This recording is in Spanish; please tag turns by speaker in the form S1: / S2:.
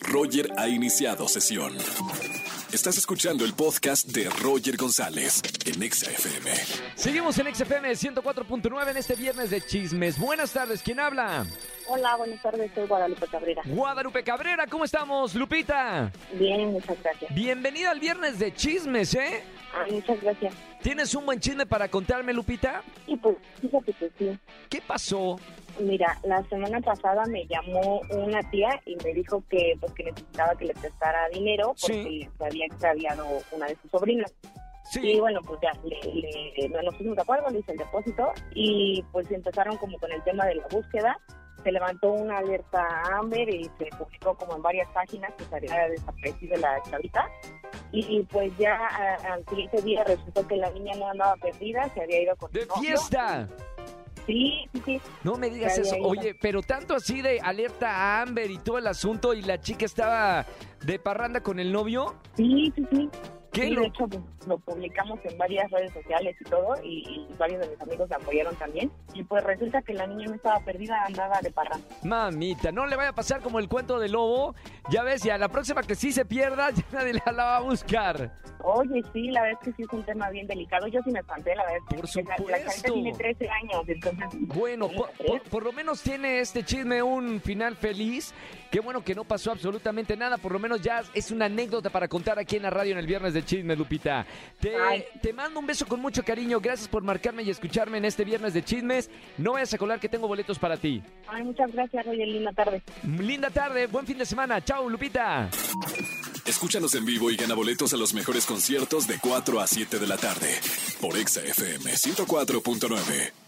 S1: Roger ha iniciado sesión. Estás escuchando el podcast de Roger González en Exa FM.
S2: Seguimos en XFM 104.9 en este viernes de chismes. Buenas tardes, ¿quién habla?
S3: Hola, buenas tardes, soy Guadalupe Cabrera.
S2: Guadalupe Cabrera, ¿cómo estamos, Lupita?
S3: Bien, muchas gracias.
S2: Bienvenida al viernes de chismes, ¿eh?
S3: Ay, muchas gracias.
S2: ¿Tienes un buen chisme para contarme, Lupita?
S3: Y pues, fíjate que sí.
S2: ¿Qué pasó?
S3: Mira, la semana pasada me llamó una tía y me dijo que, pues, que necesitaba que le prestara dinero porque
S2: Sí.
S3: se había extraviado una de sus sobrinas. Y bueno, pues ya, le, le- no nos pusimos de acuerdo, le hice el depósito y pues empezaron como con el tema de la búsqueda. Se levantó una alerta a Amber y se publicó como en varias páginas que se había desaparecido la chavita. Y pues ya a- al siguiente día resultó que la niña no andaba perdida, se había ido con su
S2: ¡De
S3: novio.
S2: fiesta!
S3: Sí, sí, sí.
S2: No me digas
S3: Ya había
S2: eso.
S3: ido.
S2: Oye, pero tanto así de alerta a Amber y todo el asunto y la chica estaba de parranda con el novio.
S3: Sí, sí, sí.
S2: ¿Qué
S3: Sí,
S2: lo...
S3: de hecho, pues, lo publicamos en varias redes sociales y todo, y, y varios de mis amigos la apoyaron también. Y pues resulta que la niña no estaba perdida, andaba de parranda.
S2: Mamita, no le vaya a pasar como el cuento del lobo. Ya ves, y a la próxima que sí se pierda, ya nadie la, la va a buscar.
S3: Oye, sí, la verdad es que sí es un tema bien delicado. Yo sí me espanté, la verdad.
S2: Por
S3: es que la- La
S2: supuesto.
S3: carita tiene 13 años, entonces...
S2: Bueno,
S3: Sí,
S2: por,
S3: ¿crees?
S2: por- por lo menos tiene este chisme un final feliz. Qué bueno que no pasó absolutamente nada. Por lo menos ya es una anécdota para contar aquí en la radio en el viernes de chisme, Lupita. Te,
S3: Ay.
S2: te mando un beso con mucho cariño. Gracias por marcarme y escucharme en este viernes de chismes. No vayas a colar que tengo boletos para ti.
S3: Ay, muchas gracias, Roger. Linda tarde.
S2: Linda tarde, buen fin de semana. Chao, Lupita.
S1: Escúchanos en vivo y gana boletos a los mejores conciertos de 4 a 7 de la tarde por Exa FM 104.9.